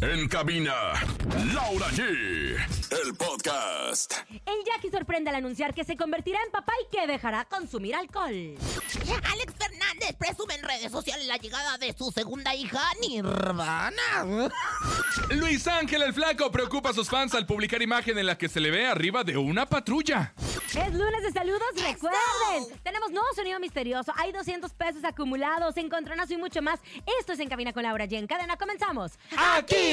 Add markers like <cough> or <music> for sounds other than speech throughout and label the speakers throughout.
Speaker 1: En cabina, Laura G. El podcast.
Speaker 2: El Jackie sorprende al anunciar que se convertirá en papá y que dejará consumir alcohol.
Speaker 3: Alex Fernández presume en redes sociales la llegada de su segunda hija, Nirvana.
Speaker 4: Luis Ángel el Flaco preocupa a sus fans al publicar imagen en la que se le ve arriba de una patrulla.
Speaker 2: Es lunes de saludos, recuerden. Tenemos nuevo sonido misterioso, hay 200 pesos acumulados, encontronazo y mucho más. Esto es En Cabina con Laura G. En cadena comenzamos.
Speaker 4: ¡Aquí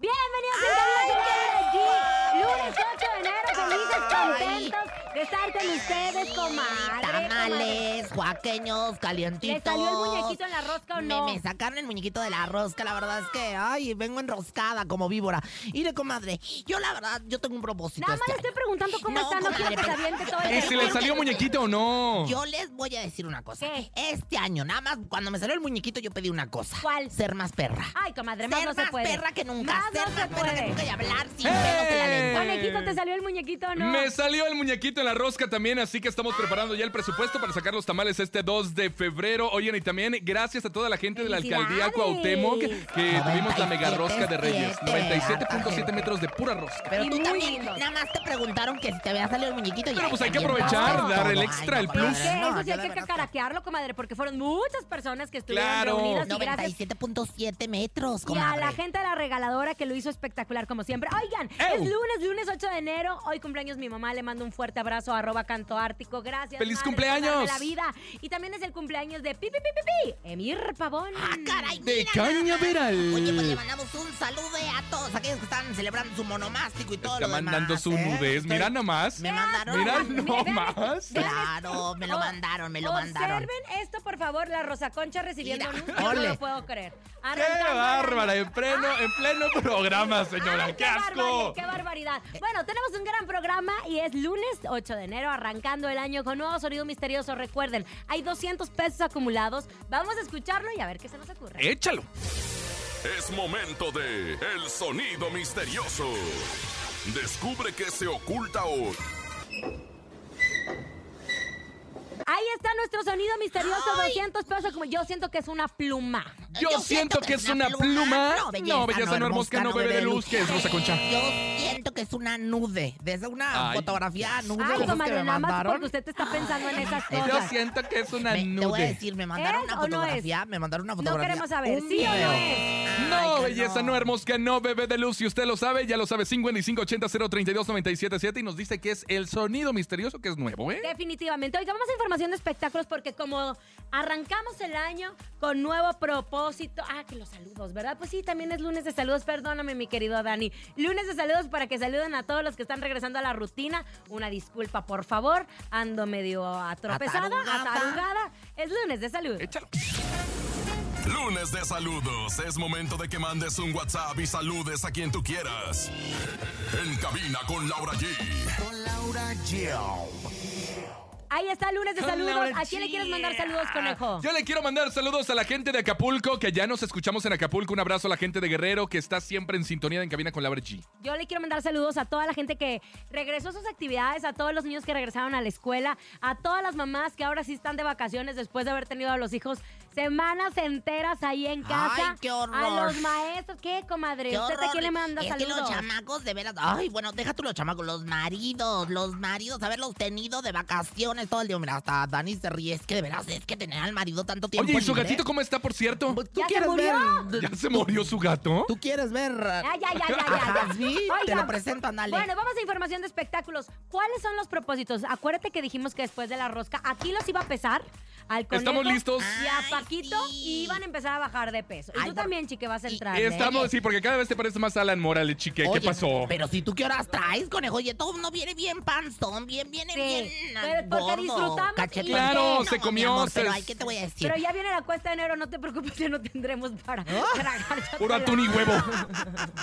Speaker 2: Bienvenidos a Cabina con Laura G. Lunes 8 de enero, felices, contentos de estar con ustedes, comadre. comadre.
Speaker 3: Tamales, Joaqueños, calientitos.
Speaker 2: ¿Le salió el muñequito en la rosca o no?
Speaker 3: Me, me sacaron el muñequito de la rosca, la verdad es que, ay, vengo enroscada como víbora. Mire, comadre, yo la verdad, yo tengo un propósito.
Speaker 2: Nada más
Speaker 3: este
Speaker 2: le estoy
Speaker 3: año.
Speaker 2: preguntando cómo
Speaker 3: No,
Speaker 2: están, no quiero
Speaker 3: comadre,
Speaker 2: que se
Speaker 3: pero-
Speaker 2: aviente todo
Speaker 4: ¿Y
Speaker 2: el
Speaker 4: si le salió muñequito o no?
Speaker 3: Yo les voy a decir una cosa.
Speaker 2: ¿Qué?
Speaker 3: Este año, nada más, cuando me salió el muñequito, yo pedí una cosa.
Speaker 2: ¿Cuál?
Speaker 3: Ser más perra.
Speaker 2: Ay, comadre, más
Speaker 3: ser
Speaker 2: no se
Speaker 3: más
Speaker 2: puede.
Speaker 3: perra que nunca.
Speaker 2: Más
Speaker 3: ser
Speaker 2: no
Speaker 3: más
Speaker 2: se
Speaker 3: perra que
Speaker 2: puede.
Speaker 3: nunca y hablar sin
Speaker 4: ¡Eh!
Speaker 3: pelos en la lengua.
Speaker 2: Muñequito, ¿te salió el muñequito o no?
Speaker 4: Me salió el muñequito en la rosca también, así que estamos preparando ya el presupuesto para sacar los tamales este 2 de febrero. Oigan, y también gracias a toda la gente de la alcaldía
Speaker 2: ¡Felicidades!
Speaker 4: Cuauhtémoc que tuvimos la mega rosca de Reyes.
Speaker 3: 97.7.
Speaker 4: 97.7 metros de pura rosca.
Speaker 3: Pero
Speaker 2: Y
Speaker 3: tú
Speaker 2: muy
Speaker 3: también,
Speaker 2: lindos.
Speaker 3: nada más te preguntaron que si te había salido el muñequito. y
Speaker 4: Pero
Speaker 3: ahí
Speaker 4: pues hay que
Speaker 3: también
Speaker 4: aprovechar,
Speaker 3: pasó
Speaker 4: dar el
Speaker 3: todo.
Speaker 4: extra, el
Speaker 2: Pero
Speaker 4: plus. Pues
Speaker 2: es que
Speaker 3: no,
Speaker 2: eso sí
Speaker 3: yo
Speaker 2: hay
Speaker 3: de
Speaker 2: que
Speaker 3: veras
Speaker 2: cacaraquearlo, comadre, porque fueron muchas personas que estuvieron
Speaker 4: Claro.
Speaker 2: reunidas y gracias
Speaker 3: 97.7 metros,
Speaker 2: Y a
Speaker 3: comadre.
Speaker 2: la gente de la regaladora que lo hizo espectacular como siempre. Oigan,
Speaker 4: ¡Ew!
Speaker 2: es lunes, lunes 8 de enero. Hoy cumpleaños mi mamá. Le mando un fuerte abrazo a arroba canto ártico. Gracias.
Speaker 4: ¡Feliz
Speaker 2: madre, por
Speaker 4: cumpleaños!
Speaker 2: darme la vida. Y también es el cumpleaños de Pipi Pipi Pi, Emir Pavón.
Speaker 3: ¡Ah, caray!
Speaker 4: De
Speaker 3: mira nada más.
Speaker 4: cañaveral.
Speaker 3: Oye, pues le mandamos un saludo a todos aquellos que están celebrando su monomástico y todo
Speaker 4: Está
Speaker 3: lo demás.
Speaker 4: mandando su
Speaker 3: ¿eh?
Speaker 4: nudez. Mira nomás.
Speaker 3: Me mandaron.
Speaker 2: Mira,
Speaker 4: Mira nomás.
Speaker 2: mira,
Speaker 3: Claro, me lo
Speaker 2: O-
Speaker 3: mandaron, me lo mandaron.
Speaker 2: Observen esto, por favor. La Rosa Concha recibiendo
Speaker 3: Mira,
Speaker 2: anuncios. No
Speaker 3: ole.
Speaker 2: lo puedo creer.
Speaker 4: ¡Qué
Speaker 2: Arrancamos.
Speaker 4: bárbara! En
Speaker 3: Ah.
Speaker 4: pleno, en pleno programa, señora.
Speaker 2: Ay,
Speaker 4: ¡Qué asco!
Speaker 2: barbaridad, ¡Qué barbaridad! Bueno, tenemos un gran programa y es lunes 8 de enero, arrancando el año con nuevo sonido misterioso. Recuerden, hay 200 pesos acumulados. Vamos a escucharlo y a ver qué se nos ocurre.
Speaker 4: ¡Échalo!
Speaker 1: Es momento de El Sonido Misterioso. Descubre qué se oculta hoy.
Speaker 2: Ahí está nuestro sonido misterioso, 200 pesos. Como yo siento que es una pluma.
Speaker 4: Yo siento que es una pluma. No, belleza no hermosa, no bebe de luz, que es Rosa Concha.
Speaker 3: Yo siento que es una nude. Desde una
Speaker 4: Ay.
Speaker 3: fotografía nude de
Speaker 2: Ay,
Speaker 3: esas que
Speaker 2: comadre,
Speaker 3: me
Speaker 2: nada más
Speaker 3: mandaron.
Speaker 2: porque usted te está pensando en esas
Speaker 4: Yo
Speaker 2: cosas.
Speaker 4: siento que es una
Speaker 3: Me- te voy a
Speaker 4: nude.
Speaker 3: decir, me mandaron
Speaker 2: ¿Es
Speaker 3: una
Speaker 2: o no es?
Speaker 3: fotografía, me mandaron una
Speaker 2: No
Speaker 3: fotografía.
Speaker 2: queremos saber,
Speaker 3: un
Speaker 2: ¿sí o
Speaker 3: video.
Speaker 2: no es?
Speaker 4: No,
Speaker 3: Ay, que
Speaker 4: belleza no.
Speaker 3: no
Speaker 4: hermosa, no bebé de luz. Si usted lo sabe, ya lo sabe. 5580-032-977 y nos dice que es el sonido misterioso que es nuevo, ¿eh?
Speaker 2: Definitivamente. Oiga, vamos a información de espectáculos porque como arrancamos el año con nuevo propósito. Ah, que los saludos, ¿verdad? Pues sí, también es lunes de saludos. Perdóname, mi querido Dani. Lunes de saludos para que saluden a todos los que están regresando a la rutina. Una disculpa, por favor. Ando medio atropezada,
Speaker 3: Atarugada.
Speaker 2: atarugada. Es lunes de salud.
Speaker 4: Échalo.
Speaker 1: Lunes de saludos. Es momento de que mandes un WhatsApp y saludes a quien tú quieras. En cabina con Laura G.
Speaker 2: Ahí está, lunes de saludos.
Speaker 4: Hola,
Speaker 2: ¿A quién le quieres mandar saludos, conejo?
Speaker 4: Yo le quiero mandar saludos a la gente de Acapulco, que ya nos escuchamos en Acapulco. Un abrazo a la gente de Guerrero, que está siempre en sintonía de en cabina con la G.
Speaker 2: Yo le quiero mandar saludos a toda la gente que regresó a sus actividades, a todos los niños que regresaron a la escuela, a todas las mamás que ahora sí están de vacaciones después de haber tenido a los hijos semanas enteras ahí en casa.
Speaker 3: Ay, qué horror.
Speaker 2: A los maestros, ¿qué, comadre?
Speaker 3: Qué
Speaker 2: ¿Usted a
Speaker 3: horror.
Speaker 2: quién le manda
Speaker 3: es que
Speaker 2: saludos?
Speaker 3: los chamacos, de veras. Ay, bueno, deja tú los chamacos, los maridos, los maridos, haberlos tenido de vacaciones todo el día. Mira, hasta Dani se ríe. Es que de veras es que tener al marido tanto tiempo.
Speaker 4: Oye, ¿y su
Speaker 3: libre.
Speaker 4: gatito cómo está, por cierto?
Speaker 3: Pues, ¿Tú
Speaker 2: ¿Ya se
Speaker 3: quieres
Speaker 2: murió?
Speaker 3: ver?
Speaker 4: ¿Ya se murió su gato?
Speaker 3: ¿Tú quieres ver?
Speaker 2: Ya, ya, ya, ya, ya, ya.
Speaker 3: <laughs> Sí, te
Speaker 2: Oigan,
Speaker 3: lo presento, Andale.
Speaker 2: Bueno, vamos a información de espectáculos. ¿Cuáles son los propósitos? Acuérdate que dijimos que después de la rosca aquí los iba a pesar. Al conejo
Speaker 4: Estamos listos.
Speaker 2: Y a
Speaker 3: Ay,
Speaker 2: Paquito
Speaker 3: sí.
Speaker 2: y iban a empezar a bajar de peso. Y
Speaker 3: Ay,
Speaker 2: tú
Speaker 3: por-
Speaker 2: también, chique, vas a
Speaker 3: Y-
Speaker 2: entrar. ¿eh?
Speaker 4: Estamos, sí, porque cada vez te pareces más a Alan Morales, chique. ¿Qué
Speaker 3: Oye,
Speaker 4: pasó?
Speaker 3: Pero si tú qué horas traes, conejo. Oye, todo no viene bien panzón, bien, viene
Speaker 2: Sí,
Speaker 3: bien.
Speaker 2: pero
Speaker 3: ah,
Speaker 2: porque
Speaker 3: gordo,
Speaker 2: disfrutamos y-
Speaker 3: cachetón.
Speaker 4: Claro,
Speaker 3: No,
Speaker 4: se
Speaker 3: mi
Speaker 4: comió,
Speaker 3: amor,
Speaker 4: se-
Speaker 3: Pero ay, ¿qué te voy a decir?
Speaker 2: Pero ya viene la cuesta de enero, no te preocupes, ya no tendremos para tragar
Speaker 4: Puro
Speaker 2: chocolate.
Speaker 4: atún y huevo.
Speaker 3: <laughs>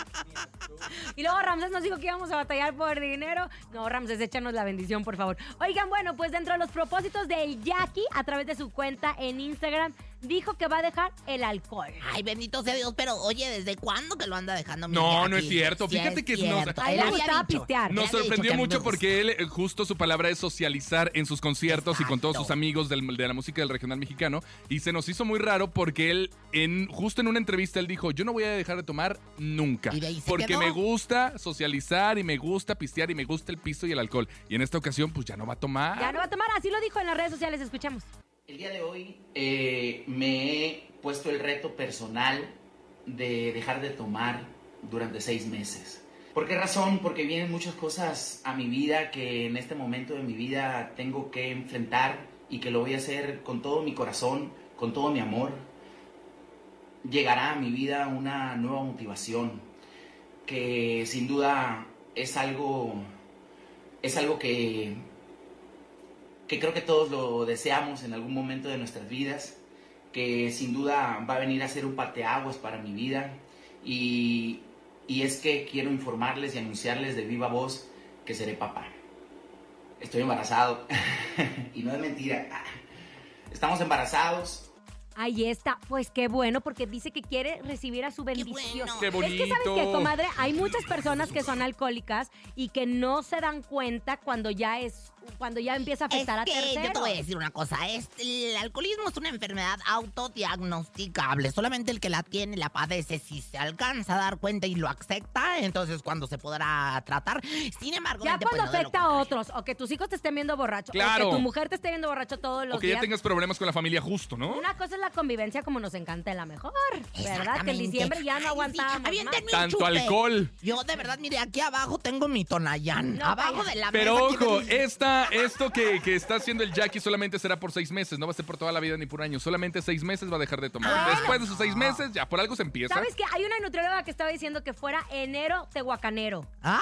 Speaker 2: Y luego Ramses nos dijo que íbamos a batallar por dinero. No, Ramses, échanos la bendición, por favor. Oigan, bueno, pues dentro de los propósitos del Jackie, a través de su cuenta en Instagram, dijo que va a dejar el alcohol.
Speaker 3: Ay, bendito sea Dios, pero oye, ¿desde cuándo que lo anda dejando? mi
Speaker 4: No,
Speaker 3: Jackie?
Speaker 4: no es cierto,
Speaker 3: Sí
Speaker 4: fíjate que es- no,
Speaker 3: cierto,
Speaker 2: a él
Speaker 3: él
Speaker 2: le
Speaker 3: había
Speaker 2: gustaba
Speaker 3: dicho.
Speaker 2: pistear.
Speaker 3: Me había
Speaker 4: Nos
Speaker 3: dicho
Speaker 4: sorprendió
Speaker 3: que a mí me
Speaker 4: mucho
Speaker 3: gusta.
Speaker 4: porque él, eh, justo su palabra es socializar en sus conciertos y con todos
Speaker 3: Exacto.
Speaker 4: sus amigos del- de la música del regional mexicano. Y se nos hizo muy raro porque él, en, justo en una entrevista, él dijo, yo no voy a dejar de tomar nunca.
Speaker 3: Y de ahí se
Speaker 4: Porque
Speaker 3: quedó.
Speaker 4: me gusta socializar y me gusta pistear y me gusta el piso y el alcohol. Y en esta ocasión, pues ya no va a tomar.
Speaker 2: Ya no va a tomar, así lo dijo en las redes sociales, escuchamos.
Speaker 5: El día de hoy eh, me he puesto el reto personal de dejar de tomar durante seis meses. ¿Por qué razón? Porque vienen muchas cosas a mi vida que en este momento de mi vida tengo que enfrentar y que lo voy a hacer con todo mi corazón, con todo mi amor. Llegará a mi vida una nueva motivación que sin duda es algo es algo que que creo que todos lo deseamos en algún momento de nuestras vidas, que sin duda va a venir a ser un parteaguas para mi vida. Y, y es que quiero informarles y anunciarles de viva voz que seré papá. Estoy embarazado. <laughs> y no es mentira. Estamos embarazados,
Speaker 2: Ahí está, pues qué bueno, porque dice que quiere recibir a su bendición.
Speaker 3: bueno.
Speaker 4: Qué
Speaker 2: Es
Speaker 4: bonito.
Speaker 2: que sabes que, comadre, hay muchas personas que son alcohólicas y que no se dan cuenta cuando ya es, cuando ya empieza a
Speaker 3: Es
Speaker 2: afectar a
Speaker 3: que
Speaker 2: terceros.
Speaker 3: yo te voy a decir una cosa, es, el alcoholismo es una enfermedad autodiagnosticable, solamente el que la tiene la padece, si se alcanza a dar cuenta y lo acepta, entonces cuando se podrá tratar, sin embargo...
Speaker 2: Ya
Speaker 3: mente, pues,
Speaker 2: cuando
Speaker 3: no de lo
Speaker 2: afecta a
Speaker 3: contrario.
Speaker 2: otros, o que tus hijos te estén viendo borracho, o
Speaker 4: Claro.
Speaker 2: que tu mujer te esté viendo borracho todos los
Speaker 4: O que
Speaker 2: días.
Speaker 4: ya tengas problemas con la familia justo, ¿no?
Speaker 2: Una cosa es la convivencia como nos encanta la mejor, ¿verdad? Que en
Speaker 3: Exactamente.
Speaker 2: diciembre ya
Speaker 3: Ay,
Speaker 2: no
Speaker 3: sí,
Speaker 2: aguantábamos más.
Speaker 3: aviéntenme un
Speaker 4: Tanto
Speaker 3: chupe.
Speaker 4: alcohol.
Speaker 3: Yo de verdad, mire, aquí abajo tengo mi tonayán.
Speaker 2: No,
Speaker 3: abajo
Speaker 2: vaya.
Speaker 3: de la
Speaker 4: Pero
Speaker 3: mesa
Speaker 4: ojo, eh.
Speaker 3: tienen-
Speaker 4: esta, esto que, que está haciendo el Jackie solamente será por seis meses, no va a ser por toda la vida ni por un año, solamente seis meses va a dejar de tomar.
Speaker 2: Bueno.
Speaker 4: Después de esos seis meses, ya por algo se empieza.
Speaker 2: ¿Sabes qué? Hay una nutrióloga que estaba diciendo que fuera enero tehuacanero.
Speaker 3: Ah,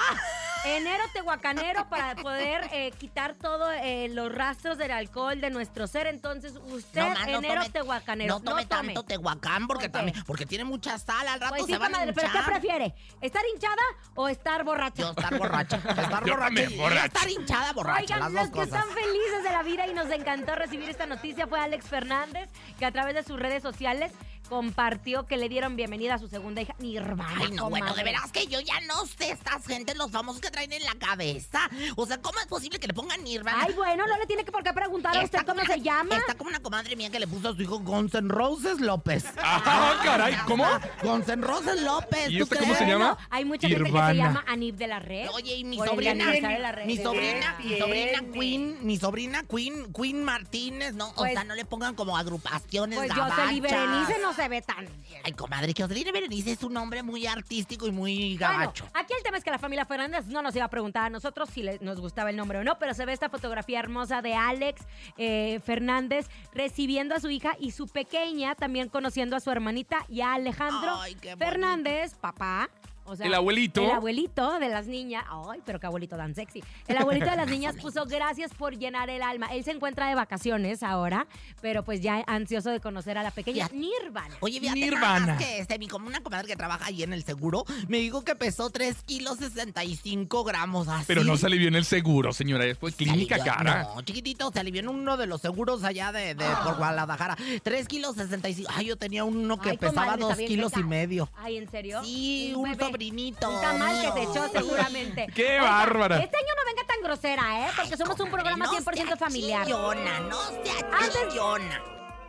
Speaker 2: Enero tehuacanero para poder eh, quitar todos los rastros del alcohol de nuestro ser. Entonces, usted,
Speaker 3: ma,
Speaker 2: enero
Speaker 3: tome-
Speaker 2: tehuacanero.
Speaker 3: No tome tanto tehuacán porque
Speaker 2: Ponte.
Speaker 3: también, porque tiene mucha sal, al rato
Speaker 2: Pues sí,
Speaker 3: se van
Speaker 2: comadre,
Speaker 3: a
Speaker 2: pero ¿qué
Speaker 3: hinchar.
Speaker 2: prefiere? ¿estar hinchada o estar borracha?
Speaker 3: Yo estar
Speaker 2: <laughs>
Speaker 3: borracha, estar
Speaker 4: Yo
Speaker 3: borracha,
Speaker 4: también
Speaker 3: y- y
Speaker 4: borracha.
Speaker 3: estar hinchada borracha,
Speaker 2: Oigan, los
Speaker 3: las dos
Speaker 2: que
Speaker 3: cosas.
Speaker 2: están felices de la vida y nos encantó recibir esta noticia fue Alex Fernández, que a través de sus redes sociales compartió que le dieron bienvenida a su segunda hija, Nirvana.
Speaker 3: Ay, no, bueno, de
Speaker 2: comadre.
Speaker 3: veras que yo ya no sé estas gentes, los famosos que traen en la cabeza. O sea, ¿cómo es posible que le pongan Nirvana?
Speaker 2: Ay, bueno, no le tiene que por qué preguntar a
Speaker 3: Está
Speaker 2: usted cómo
Speaker 3: <laughs> como
Speaker 2: se
Speaker 3: una-
Speaker 2: llama.
Speaker 3: Está como una comadre mía que le puso a su hijo Guns N' Roses López.
Speaker 4: <laughs> Ah, caray, ¿cómo?
Speaker 3: Guns N' Roses López.
Speaker 4: ¿Y
Speaker 3: ¿tú
Speaker 4: este cómo se
Speaker 3: crees?
Speaker 4: llama?
Speaker 2: Bueno, hay mucha gente que se
Speaker 4: Nirvana.
Speaker 2: llama Anib de la Red.
Speaker 3: Oye, y mi
Speaker 2: por el
Speaker 3: sobrina,
Speaker 2: aniversario de la red.
Speaker 3: mi
Speaker 2: Sí.
Speaker 3: sobrina, mi sobrina Queen, mi sobrina Queen, Queen Martínez, no,
Speaker 2: Pues-
Speaker 3: o sea, no le pongan como agrupaciones
Speaker 2: Pues
Speaker 3: gabachas.
Speaker 2: Joseli Berenice no se ve tan bien.
Speaker 3: Ay, comadre, que Jocelyn Berenice es un hombre muy artístico y muy
Speaker 2: Bueno,
Speaker 3: gabacho.
Speaker 2: aquí el tema es que la familia Fernández no nos iba a preguntar a nosotros si le- nos gustaba el nombre o no, pero se ve esta fotografía hermosa de Alex eh, Fernández recibiendo a su hija y su pequeña también conociendo a su hermanita y a Alejandro
Speaker 3: Ay, qué bonito.
Speaker 2: Fernández, papá. O sea,
Speaker 4: El abuelito.
Speaker 2: El abuelito de las niñas. Ay, pero qué abuelito tan sexy. El abuelito
Speaker 4: <laughs>
Speaker 2: de las niñas puso gracias por llenar el alma. Él se encuentra de vacaciones ahora, pero pues ya ansioso de conocer a la pequeña
Speaker 3: Ya.
Speaker 2: Nirvana.
Speaker 3: Oye, fíjate
Speaker 4: Nirvana.
Speaker 3: nada más que este, mi, como una comadre que trabaja ahí en el seguro, me dijo que pesó 3 kilos 65 gramos así.
Speaker 4: Pero no se alivió en el seguro, señora. Es pues, clínica
Speaker 3: alivió-
Speaker 4: cara.
Speaker 3: No, chiquitito, se alivió en uno de los seguros allá de, de-
Speaker 2: Ah.
Speaker 3: por Guadalajara. 3 kilos 65. Ay, yo tenía uno que
Speaker 2: Ay,
Speaker 3: pesaba
Speaker 2: comadre, está
Speaker 3: 2
Speaker 2: bien
Speaker 3: kilos y
Speaker 2: pesado.
Speaker 3: medio.
Speaker 2: Ay, ¿en serio?
Speaker 3: Sí, un
Speaker 2: bebé.
Speaker 3: sobrinito.
Speaker 2: Un tamal que se echó seguramente.
Speaker 4: <laughs> ¡Qué bárbara!
Speaker 2: Este año no venga tan grosera, ¿eh? Porque somos un
Speaker 3: Comadre,
Speaker 2: programa
Speaker 3: no
Speaker 2: 100%
Speaker 3: sea
Speaker 2: familiar.
Speaker 3: Chillona, no sea
Speaker 2: Antes-
Speaker 3: chillona.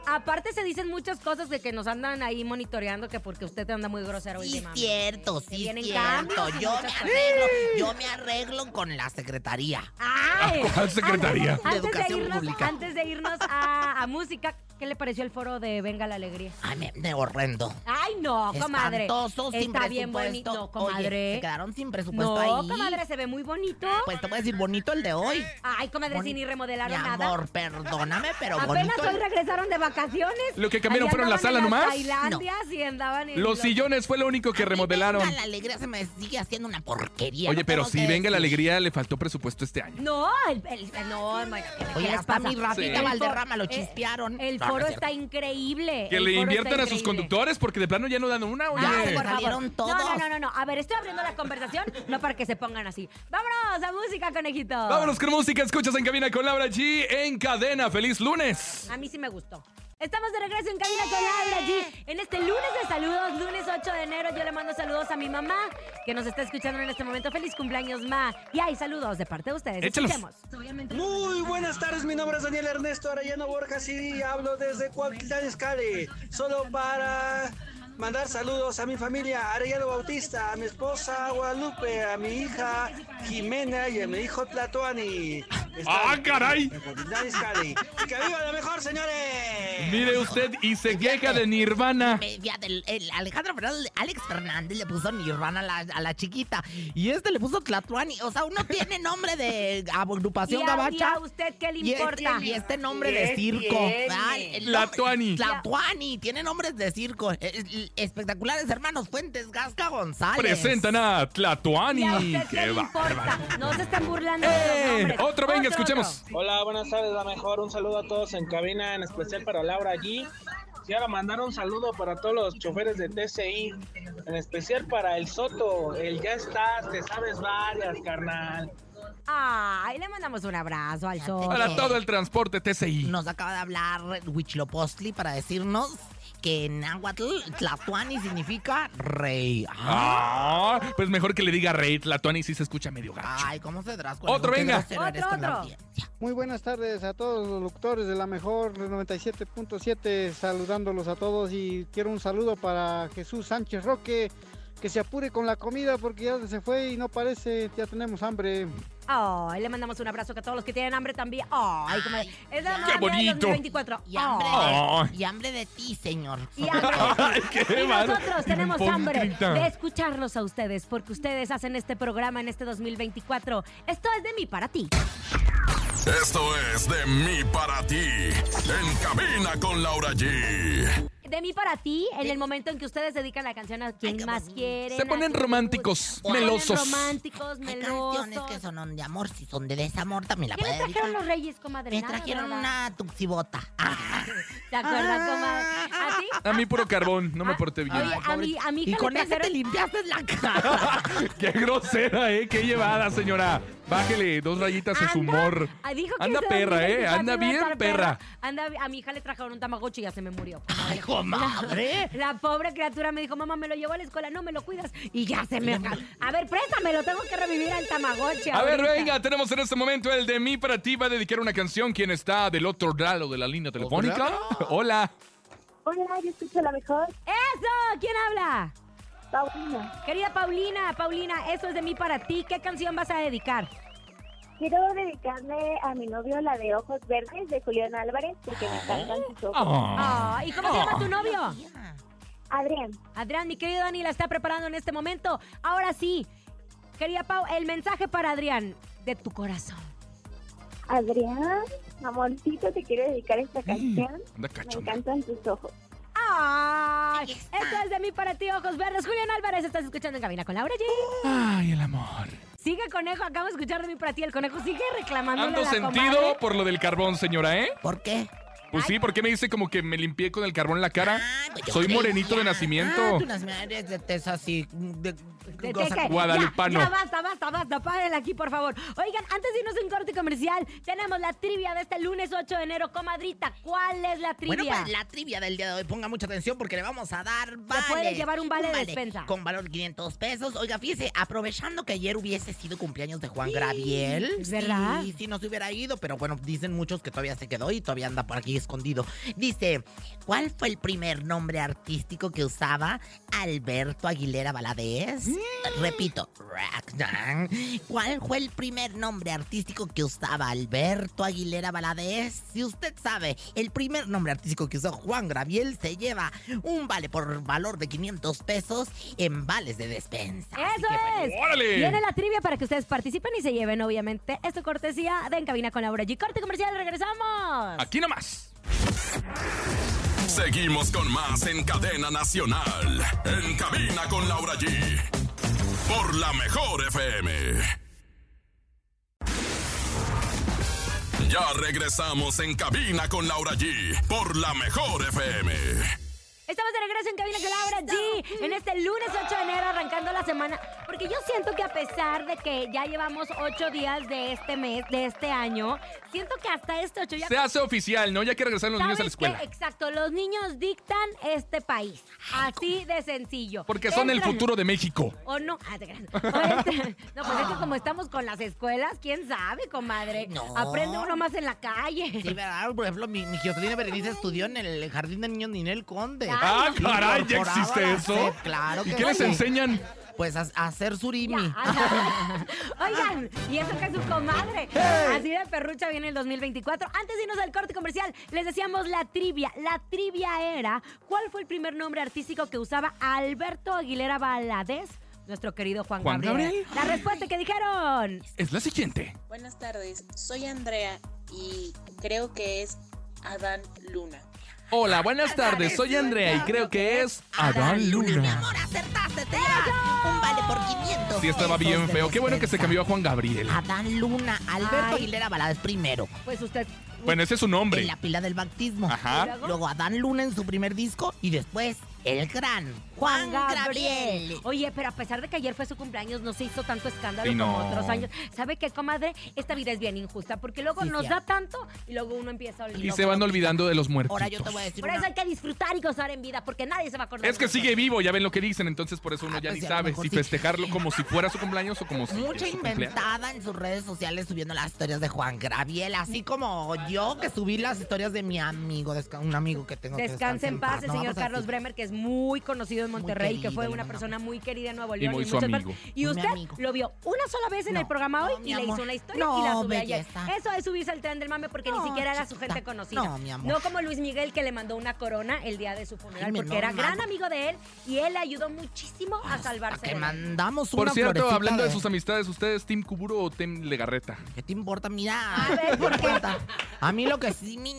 Speaker 2: Aparte se dicen muchas cosas de que nos andan ahí monitoreando que porque usted anda muy grosero
Speaker 3: Sí,
Speaker 2: últimamente.
Speaker 3: cierto,
Speaker 2: Se
Speaker 3: sí,
Speaker 2: vienen
Speaker 3: cierto.
Speaker 2: <laughs> cambios y
Speaker 3: Yo me
Speaker 2: muchas cosas.
Speaker 3: arreglo, yo me arreglo con la secretaría.
Speaker 2: ¡Ay!
Speaker 4: ¿Cuál secretaría?
Speaker 2: Antes, antes
Speaker 3: De
Speaker 2: de
Speaker 3: Educación
Speaker 2: irnos,
Speaker 3: Pública.
Speaker 2: antes de irnos a, a música, ¿qué le pareció el foro de Venga la Alegría?
Speaker 3: Ay, me, me horrendo.
Speaker 2: Ay, no, comadre.
Speaker 3: Espantoso, sin
Speaker 2: Está bien
Speaker 3: presupuesto.
Speaker 2: bonito,
Speaker 3: Oye,
Speaker 2: comadre.
Speaker 3: se quedaron sin presupuesto
Speaker 2: no,
Speaker 3: pues, ahí.
Speaker 2: comadre, se ve muy bonito.
Speaker 3: Pues te voy a decir bonito el de hoy.
Speaker 2: Ay, comadre, si
Speaker 3: Boni-
Speaker 2: ni
Speaker 3: Mi
Speaker 2: remodelaron nada.
Speaker 3: amor, perdóname, pero
Speaker 2: Apenas
Speaker 3: bonito.
Speaker 2: hoy
Speaker 3: el-
Speaker 2: regresaron de vacaciones.
Speaker 4: Lo que cambiaron
Speaker 2: Ahí
Speaker 4: fueron la
Speaker 2: andaban en
Speaker 4: sala nomás.
Speaker 2: Tailandias y andaban en
Speaker 4: Los sillones fue lo único que
Speaker 3: A mí
Speaker 4: remodelaron.
Speaker 3: Venga la alegría se me sigue haciendo una porquería.
Speaker 4: Oye,
Speaker 3: no
Speaker 4: pero
Speaker 3: tengo
Speaker 4: si
Speaker 3: que
Speaker 4: venga la
Speaker 3: decir.
Speaker 4: alegría, le faltó presupuesto este año.
Speaker 2: No, el, el- no, bueno, ¿qué- qué
Speaker 3: Oye,
Speaker 2: les
Speaker 3: hasta
Speaker 2: pasa?
Speaker 3: mi Rafita
Speaker 4: Sí.
Speaker 3: Valderrama lo
Speaker 2: Eh,
Speaker 3: chispearon.
Speaker 2: El
Speaker 3: No, no
Speaker 2: foro
Speaker 3: es
Speaker 2: está
Speaker 3: cierto.
Speaker 2: increíble.
Speaker 4: Que
Speaker 2: el
Speaker 4: le
Speaker 2: foro
Speaker 4: inviertan
Speaker 2: está
Speaker 4: a sus
Speaker 2: increíble.
Speaker 4: conductores porque de plano ya no dan una, oye.
Speaker 2: Ay,
Speaker 3: se
Speaker 2: por favor.
Speaker 3: salieron todos.
Speaker 2: No, no, no, no. A ver, estoy abriendo la conversación, no para que se pongan así. Vámonos a música, conejito.
Speaker 4: Vámonos con música, escuchas en cabina con Laura G en cadena. ¡Feliz lunes!
Speaker 2: A mí sí me gustó. Estamos de regreso en cabina con Laura G. En este lunes de saludos, lunes 8 de enero, yo le mando saludos a mi mamá que nos está escuchando en este momento. Feliz cumpleaños, ma. Y hay saludos de parte de ustedes.
Speaker 4: Échalos.
Speaker 2: Escuchemos. Obviamente.
Speaker 6: Muy buenas tardes, mi nombre es Daniel Ernesto Arellano Borjas y hablo desde Cuautitlán Escale, solo para mandar saludos a mi familia Arellano Bautista, a mi esposa Guadalupe, a mi hija Jimena y a mi hijo Tlatoani.
Speaker 4: ¡Ah,
Speaker 6: Están
Speaker 4: caray!
Speaker 6: en Cuautitlán Izcalli. ¡Y que viva la mejor, señores!
Speaker 4: Mire usted y se queja de
Speaker 2: Ah.
Speaker 4: Nirvana.
Speaker 3: Me- Fíjate, el, el Alejandro Fernández, Alex Fernández le puso Nirvana a la, a la chiquita. Y este le puso Tlatuani. O sea, uno tiene nombre de
Speaker 2: <laughs> Y
Speaker 3: agrupación
Speaker 2: a, y
Speaker 3: gabacha.
Speaker 2: a usted qué le
Speaker 3: Y este,
Speaker 2: importa.
Speaker 3: y este nombre
Speaker 7: ¿Qué
Speaker 3: de circo.
Speaker 7: tiene?
Speaker 3: Ay, el
Speaker 4: Tlatuani.
Speaker 3: nombre- Tlatuani. Tiene nombres de circo. Eh, eh, Espectaculares hermanos Fuentes Gasca González.
Speaker 4: Presentan a
Speaker 2: Y a
Speaker 4: Tlatuani.
Speaker 2: usted qué
Speaker 4: ¡Qué
Speaker 2: le
Speaker 4: bárbaro!
Speaker 2: importa. No se están burlando. de los
Speaker 4: ¡Eh!
Speaker 2: nombres.
Speaker 4: Otro, venga, escuchemos.
Speaker 8: Hola, buenas tardes, la mejor. Un saludo a todos en cabina, en especial para Laura allí. Quiero mandar un saludo para todos los choferes de TCI, en especial para el Soto, el ya estás, te sabes varias, carnal.
Speaker 2: Ay, le mandamos un abrazo al sol.
Speaker 4: Para todo el transporte TCI.
Speaker 3: Nos acaba de hablar Huichilopostli para decirnos que en náhuatl Tlatuani significa rey.
Speaker 4: Ah, pues mejor que le diga Rey Tlatuani si se escucha medio gacho.
Speaker 3: Ay, ¿cómo se das
Speaker 4: Otro, venga.
Speaker 2: Otro, otro.
Speaker 9: Muy buenas tardes a todos los locutores de la mejor 97.7, saludándolos a todos y quiero un saludo para Jesús Sánchez Roque, que se apure con la comida porque ya se fue y no parece, ya tenemos hambre.
Speaker 2: Ay, le mandamos un abrazo que a todos los que tienen hambre también. Ay, como
Speaker 3: Ay,
Speaker 2: es la
Speaker 3: qué
Speaker 2: madre del
Speaker 4: bonito.
Speaker 2: 2024.
Speaker 3: Y hambre,
Speaker 4: Ay.
Speaker 3: de, y hambre de ti, señor.
Speaker 2: Y hambre.
Speaker 4: <laughs> Ay, qué
Speaker 2: Y
Speaker 4: bárbaro.
Speaker 2: nosotros tenemos hambre
Speaker 4: Hipócrita.
Speaker 2: de escucharlos a ustedes porque ustedes hacen este programa en este 2024. Esto es de mí para ti.
Speaker 1: Esto es de mí para ti. En cabina con Laura G.
Speaker 2: De mí para ti, en el momento en que ustedes dedican la canción a quien
Speaker 3: qué
Speaker 2: más
Speaker 3: bonito.
Speaker 2: quieren.
Speaker 4: Se
Speaker 2: a
Speaker 4: ponen
Speaker 2: quien-
Speaker 4: románticos,
Speaker 2: Se ponen
Speaker 4: melosos.
Speaker 2: románticos,
Speaker 3: Hay canciones que
Speaker 2: melosos.
Speaker 3: son de amor, si son de desamor también la
Speaker 2: ¿Qué le
Speaker 3: puede dedicar.
Speaker 2: trajeron los reyes, comadre?
Speaker 3: Me
Speaker 2: Nada,
Speaker 3: trajeron
Speaker 2: ¿verdad?
Speaker 3: una tuxibota. Ah,
Speaker 2: ¿Te acuerdas, comadre? ¿A ti?
Speaker 4: A mí puro carbón, no me
Speaker 2: Ah,
Speaker 4: porté bien.
Speaker 2: Oye, a mi, a mi
Speaker 3: y
Speaker 2: hija
Speaker 3: con
Speaker 2: le
Speaker 3: esa te
Speaker 2: trajeron...
Speaker 3: limpiaste
Speaker 2: <laughs>
Speaker 3: la cara.
Speaker 4: <laughs> Qué grosera, ¿eh? Qué llevada, señora. Bájele dos rayitas a su
Speaker 2: Anda-
Speaker 4: humor.
Speaker 2: Ah, dijo que
Speaker 4: Anda
Speaker 2: ese
Speaker 4: perra,
Speaker 2: 2024
Speaker 4: ¿eh? Anda
Speaker 2: iba a
Speaker 4: bien
Speaker 2: estar
Speaker 4: perra.
Speaker 2: Anda, a mi hija le trajeron un tamagotchi y ya se me murió.
Speaker 3: Ay, comadre.
Speaker 2: La pobre criatura me dijo, mamá, me lo llevo a la escuela, no me lo cuidas. Y ya se me... A ver, préstamelo, tengo que revivir al tamagotchi.
Speaker 4: A ver,
Speaker 2: ahorita.
Speaker 4: venga, tenemos en este momento el de mí para ti. Va a dedicar una canción. ¿Quién está del otro lado de la línea telefónica? Hola.
Speaker 10: Hola, yo escucho la mejor,
Speaker 2: ¡Eso! ¿Quién habla?
Speaker 10: Paulina.
Speaker 2: Querida Paulina, Paulina, eso es de mí para ti. ¿Qué canción vas a dedicar?
Speaker 10: Quiero dedicarle a mi novio la de Ojos Verdes de Julián Álvarez, porque me encantan sus ojos.
Speaker 4: Ah.
Speaker 2: Ah, ¿Y cómo se llama tu novio?
Speaker 10: Adrián,
Speaker 2: Adrián, mi querido Dani, la está preparando en este momento. Ahora sí, querida Pau, el mensaje para Adrián de tu corazón.
Speaker 10: Adrián, amorcito, te quiero dedicar esta canción.
Speaker 4: Anda
Speaker 10: Me
Speaker 4: cachonda.
Speaker 10: encantan tus ojos.
Speaker 2: ¡Ay!
Speaker 3: Ahí está.
Speaker 2: Esto es de mí para ti, ojos verdes. Julián Álvarez, estás escuchando en cabina con Laura G.
Speaker 4: Ay, el amor.
Speaker 2: Sigue conejo, acabo de escuchar de mí para ti. El conejo sigue reclamando.
Speaker 4: Ando sentido por lo del carbón, señora, ¿eh?
Speaker 3: ¿Por qué?
Speaker 4: Pues sí, ¿por qué me dice como que me limpié con el carbón la cara?
Speaker 3: Ah, pues yo
Speaker 4: Soy
Speaker 3: creía.
Speaker 4: morenito de nacimiento.
Speaker 3: Ah, tú nacimiento eres de tez así. De, cosa-
Speaker 4: Guadalupano.
Speaker 2: Ya, ya, basta, basta, basta. Párenla aquí, por favor. Oigan, antes de irnos a un corte comercial, tenemos la trivia de este lunes 8 de enero. Comadrita, ¿cuál es la trivia?
Speaker 3: Bueno, pues la trivia del día de hoy, ponga mucha atención porque le vamos a dar vales.
Speaker 2: puede llevar un vale de despensa.
Speaker 3: Con valor de 500 pesos. Oiga, fíjese, aprovechando que ayer hubiese sido cumpleaños de Juan Graviel.
Speaker 2: es verdad.
Speaker 3: Sí, sí, no se hubiera ido, pero bueno, dicen muchos que todavía se quedó y todavía anda por aquí escondido. Dice, ¿cuál fue el primer nombre artístico que usaba Alberto Aguilera Valadez? Repito, Ragnar. ¿Cuál fue el primer nombre artístico que usaba Alberto Aguilera Valadez? Si usted sabe, el primer nombre artístico que usó Juan Graviel se lleva un vale por valor de 500 pesos en vales de despensa. Así
Speaker 2: ¡Eso
Speaker 3: que, bueno,
Speaker 2: es!
Speaker 4: ¡Órale!
Speaker 2: Viene la trivia para que ustedes participen y se lleven, obviamente, esta cortesía de En Cabina con Laura G. Corte comercial, regresamos.
Speaker 4: Aquí nomás.
Speaker 1: Seguimos con más en cadena nacional. En cabina con Laura G. Por la mejor FM. Ya regresamos en cabina con Laura G. Por la mejor FM.
Speaker 2: Estamos de regreso en Cabina con Laura G. En este lunes 8 de enero, arrancando la semana. Porque yo siento que a pesar de que ya llevamos ocho días de este mes, de este año, siento que hasta este ocho ya...
Speaker 4: Se hace oficial, ¿no? Ya que regresaron los niños a la
Speaker 2: ¿Sabes qué?
Speaker 4: escuela.
Speaker 3: Eh,
Speaker 2: Exacto, los niños dictan este país. Así de sencillo.
Speaker 4: Porque son el
Speaker 2: Entran-
Speaker 4: futuro de México.
Speaker 2: O no. Ah, te creas. O este- <laughs> No, pues es que como estamos con las escuelas, quién sabe, comadre.
Speaker 3: No.
Speaker 2: Aprende uno más en la calle.
Speaker 3: Sí, ¿verdad? Por ejemplo, mi, mi Josefina Berenice estudió en el Jardín de Niños Ninel Conde.
Speaker 4: Ah, caray, ya
Speaker 3: Incorporaba
Speaker 4: existe
Speaker 3: la
Speaker 4: eso.
Speaker 3: SEP, claro
Speaker 4: ¿Y
Speaker 3: que
Speaker 4: qué les
Speaker 3: sí.
Speaker 4: enseñan?
Speaker 3: Pues a, a hacer
Speaker 2: Ya,
Speaker 3: surimi.
Speaker 4: <laughs>
Speaker 2: ándale. Oigan, y eso que es su comadre. Así de perrucha viene el 2024. Antes de irnos al corte comercial, les decíamos la trivia. La trivia era, ¿cuál fue el primer nombre artístico que usaba Alberto Aguilera Valadez? Nuestro querido Juan,
Speaker 4: ¿Juan
Speaker 2: Gabriel. La respuesta que dijeron.
Speaker 4: Es la siguiente.
Speaker 7: Buenas tardes, soy Andrea y creo que es Adán Luna.
Speaker 4: Hola, buenas tardes. Soy Andrea y creo que es Adán
Speaker 3: Mi
Speaker 4: Luna.
Speaker 3: amor, acertaste, te da un vale por 500.
Speaker 4: Sí, estaba
Speaker 3: pesos
Speaker 4: bien
Speaker 3: de
Speaker 4: feo. Qué bueno que se
Speaker 3: despensa.
Speaker 4: cambió a Juan Gabriel.
Speaker 3: Adán Luna, Alberto
Speaker 2: Ay.
Speaker 3: Aguilera Valadez primero,
Speaker 2: Pues usted...
Speaker 4: Bueno, ese es su nombre.
Speaker 3: en la pila del bautismo.
Speaker 4: Ajá.
Speaker 3: Luego Adán Luna en su primer disco y después el gran Juan Gabriel.
Speaker 2: Oye, pero a pesar de que ayer fue su cumpleaños, no se hizo tanto escándalo
Speaker 4: Sí, no.
Speaker 2: como otros años. ¿Sabe qué, comadre? Esta vida es bien injusta porque luego
Speaker 3: Sí,
Speaker 2: nos
Speaker 3: sí.
Speaker 2: da tanto y luego uno empieza a olvidar.
Speaker 4: Y se van olvidando de los muertos.
Speaker 3: Ahora yo te voy a decir
Speaker 2: Por eso
Speaker 3: una-
Speaker 2: hay que disfrutar y gozar en vida porque nadie se va a acordar.
Speaker 4: Es que
Speaker 2: de
Speaker 4: sigue vivo, ya ven lo que dicen, entonces por eso uno
Speaker 3: Ah,
Speaker 4: ya
Speaker 3: pues
Speaker 4: ni
Speaker 3: sí, a lo
Speaker 4: sabe
Speaker 3: mejor
Speaker 4: si
Speaker 3: sí.
Speaker 4: festejarlo como si fuera su cumpleaños o como si
Speaker 3: Mucha
Speaker 4: es su cumpleaños.
Speaker 3: inventada en sus redes sociales subiendo las historias de Juan Gabriel, así como yo que subí las historias de mi amigo, desca- un amigo que tengo que
Speaker 2: Descanse en paz el
Speaker 3: No,
Speaker 2: señor
Speaker 3: vamos a
Speaker 2: Carlos
Speaker 3: decir-
Speaker 2: Bremer, que es muy conocido en
Speaker 3: Muy
Speaker 2: Monterrey y que
Speaker 3: querido,
Speaker 2: fue
Speaker 3: le
Speaker 2: una
Speaker 3: mandamos.
Speaker 2: persona muy querida en Nuevo
Speaker 4: Y
Speaker 2: León. en
Speaker 4: muy su
Speaker 2: muchas
Speaker 4: amigo.
Speaker 2: partes. Y
Speaker 3: Muy
Speaker 2: usted
Speaker 3: amigo.
Speaker 2: lo vio una sola vez en
Speaker 3: No.
Speaker 2: el programa hoy
Speaker 3: No, mi
Speaker 2: y le
Speaker 3: amor.
Speaker 2: hizo una historia y
Speaker 3: No,
Speaker 2: la subió ayer.
Speaker 3: belleza.
Speaker 2: Eso es subirse al tren del mame porque
Speaker 3: No,
Speaker 2: ni siquiera era su
Speaker 3: chiquita.
Speaker 2: gente conocida.
Speaker 3: No, mi amor.
Speaker 2: No como Luis Miguel que le mandó una corona el día de su funeral
Speaker 3: Ay, mi
Speaker 2: porque era
Speaker 3: normal.
Speaker 2: gran amigo de él y él le ayudó muchísimo a salvarse.
Speaker 3: Hasta que
Speaker 2: de la-
Speaker 3: mandamos
Speaker 4: Por
Speaker 3: una
Speaker 4: cierto,
Speaker 3: florecita
Speaker 4: hablando de sus amistades, ¿ustedes Team Kuburo o Team Legarreta?
Speaker 3: ¿Qué te importa? Mira.
Speaker 2: A ver, ¿por qué?
Speaker 3: importa? A mí lo que sí me...